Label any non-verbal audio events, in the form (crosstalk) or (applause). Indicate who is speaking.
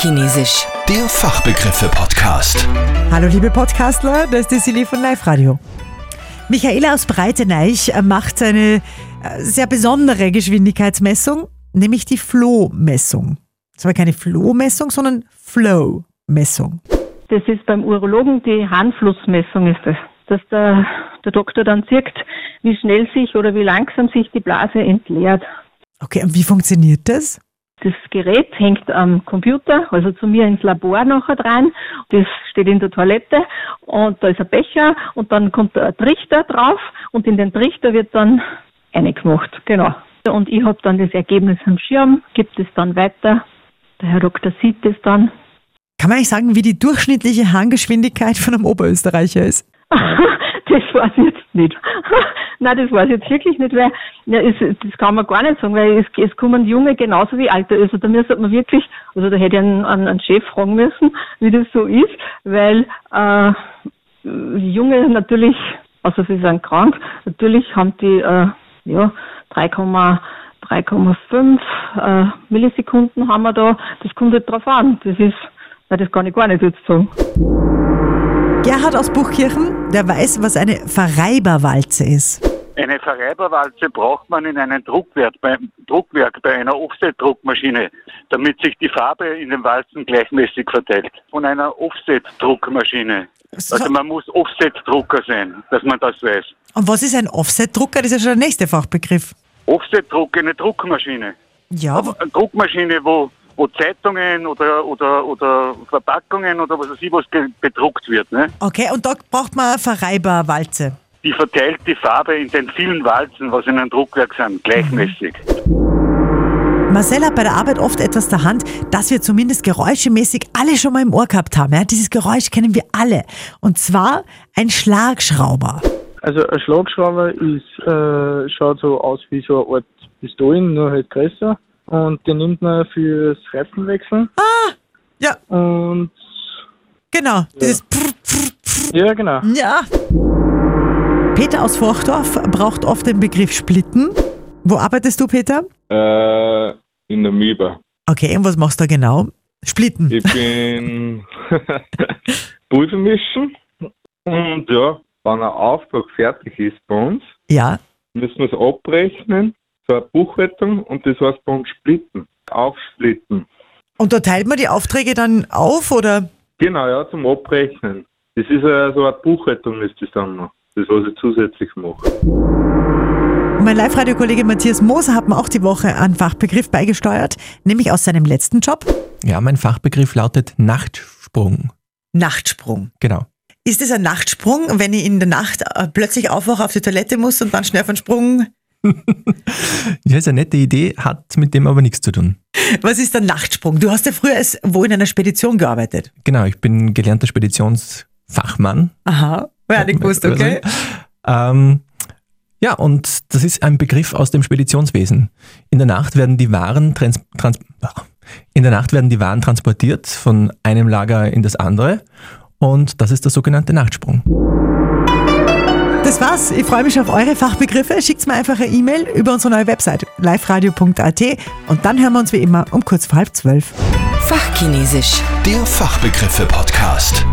Speaker 1: Chinesisch.
Speaker 2: Der Fachbegriffe-Podcast.
Speaker 3: Hallo liebe Podcastler, das ist die Silly von Live Radio. Michaela aus Breiteneich macht eine äh, sehr besondere Geschwindigkeitsmessung, nämlich die Flow-Messung. Das war keine Flow-Messung, sondern Flow-Messung.
Speaker 4: Das ist beim Urologen die Harnflussmessung ist das. Dass der, der Doktor dann sieht, wie schnell sich oder wie langsam sich die Blase entleert.
Speaker 3: Okay, und wie funktioniert das?
Speaker 4: Das Gerät hängt am Computer, also zu mir ins Labor nachher rein. Das steht in der Toilette und da ist ein Becher und dann kommt ein Trichter drauf und in den Trichter wird dann reingemacht. Genau. Und ich habe dann das Ergebnis am Schirm, gibt es dann weiter. Der Herr Doktor sieht es dann.
Speaker 3: Kann man eigentlich sagen, wie die durchschnittliche Harngeschwindigkeit von einem Oberösterreicher ist?
Speaker 4: (laughs) das weiß ich jetzt nicht. (laughs) Nein, das weiß ich jetzt wirklich nicht, weil ja, es, das kann man gar nicht sagen, weil es, es kommen Junge genauso wie Alte. Also da müsste man wirklich, also da hätte ich einen, einen, einen Chef fragen müssen, wie das so ist, weil äh, Junge natürlich, also sie sind krank, natürlich haben die äh, ja, 3,5 äh, Millisekunden haben wir da. Das kommt halt drauf an. Das ist, nein, das kann ich gar nicht jetzt sagen.
Speaker 3: Gerhard aus Buchkirchen, der weiß, was eine Verreiberwalze ist.
Speaker 5: Eine Verreiberwalze braucht man in einem Druckwerk bei, Druckwerk bei einer Offset-Druckmaschine, damit sich die Farbe in den Walzen gleichmäßig verteilt. Von einer Offset-Druckmaschine.
Speaker 3: So.
Speaker 5: Also man muss Offset-Drucker sein, dass man das weiß.
Speaker 3: Und was ist ein Offset-Drucker? Das ist ja schon der nächste Fachbegriff.
Speaker 5: Offset-Druck, eine Druckmaschine.
Speaker 3: Ja, aber
Speaker 5: Eine Druckmaschine, wo, wo Zeitungen oder, oder, oder Verpackungen oder was weiß ich was ge- bedruckt wird. Ne?
Speaker 3: okay, und da braucht man eine Verreiberwalze.
Speaker 5: Die verteilt die Farbe in den vielen Walzen, was in einem Druckwerk sind, gleichmäßig.
Speaker 3: Marcel hat bei der Arbeit oft etwas der Hand, das wir zumindest geräuschemäßig alle schon mal im Ohr gehabt haben. Ja, dieses Geräusch kennen wir alle. Und zwar ein Schlagschrauber.
Speaker 6: Also ein Schlagschrauber ist, äh, schaut so aus wie so eine Art Pistolen, nur halt größer. Und den nimmt man fürs Reifenwechseln.
Speaker 3: Ja,
Speaker 6: Und
Speaker 3: genau. Dieses Prr, Prr, Prr.
Speaker 6: ja, genau.
Speaker 3: Ja. Peter aus Forchdorf braucht oft den Begriff Splitten. Wo arbeitest du, Peter?
Speaker 7: Äh, in der Mühlbar.
Speaker 3: Okay, und was machst du da genau? Splitten.
Speaker 7: Ich (laughs) bin Pulver mischen und ja, wenn ein Auftrag fertig ist bei uns,
Speaker 3: Ja.
Speaker 7: müssen wir es abrechnen zur Buchhaltung und das heißt bei uns splitten, aufsplitten.
Speaker 3: Und da teilt man die Aufträge dann auf oder?
Speaker 7: Genau, ja, zum Abrechnen. Das ist äh, so eine Buchhaltung, ist das dann noch. Das, was ich zusätzlich mache.
Speaker 3: Und mein Live-Radio-Kollege Matthias Moser hat mir auch die Woche einen Fachbegriff beigesteuert, nämlich aus seinem letzten Job,
Speaker 8: Ja, mein Fachbegriff lautet Nachtsprung.
Speaker 3: Nachtsprung.
Speaker 8: Genau.
Speaker 3: Ist es ein Nachtsprung, wenn ich in der Nacht äh, plötzlich aufwache, auf die Toilette muss und dann schnell von Sprung?
Speaker 8: Ja, ist eine nette Idee, hat mit dem aber nichts zu tun.
Speaker 3: Was ist der Nachtsprung? Du hast ja früher als wo in einer Spedition gearbeitet.
Speaker 8: Genau, ich bin gelernter Speditionsfachmann.
Speaker 3: Aha. Ja, nicht gewusst, okay.
Speaker 8: Ähm, ja, und das ist ein Begriff aus dem Speditionswesen. In der Nacht werden die Waren trans trans in der Nacht werden die Waren transportiert von einem Lager in das andere und das ist der sogenannte Nachtsprung.
Speaker 3: Das war's. Ich freue mich auf eure Fachbegriffe. Schickt's mir einfach eine E-Mail über unsere neue Website liveradio.at und dann hören wir uns wie immer um kurz vor halb zwölf.
Speaker 1: Fachchinesisch.
Speaker 2: Der Fachbegriffe-Podcast.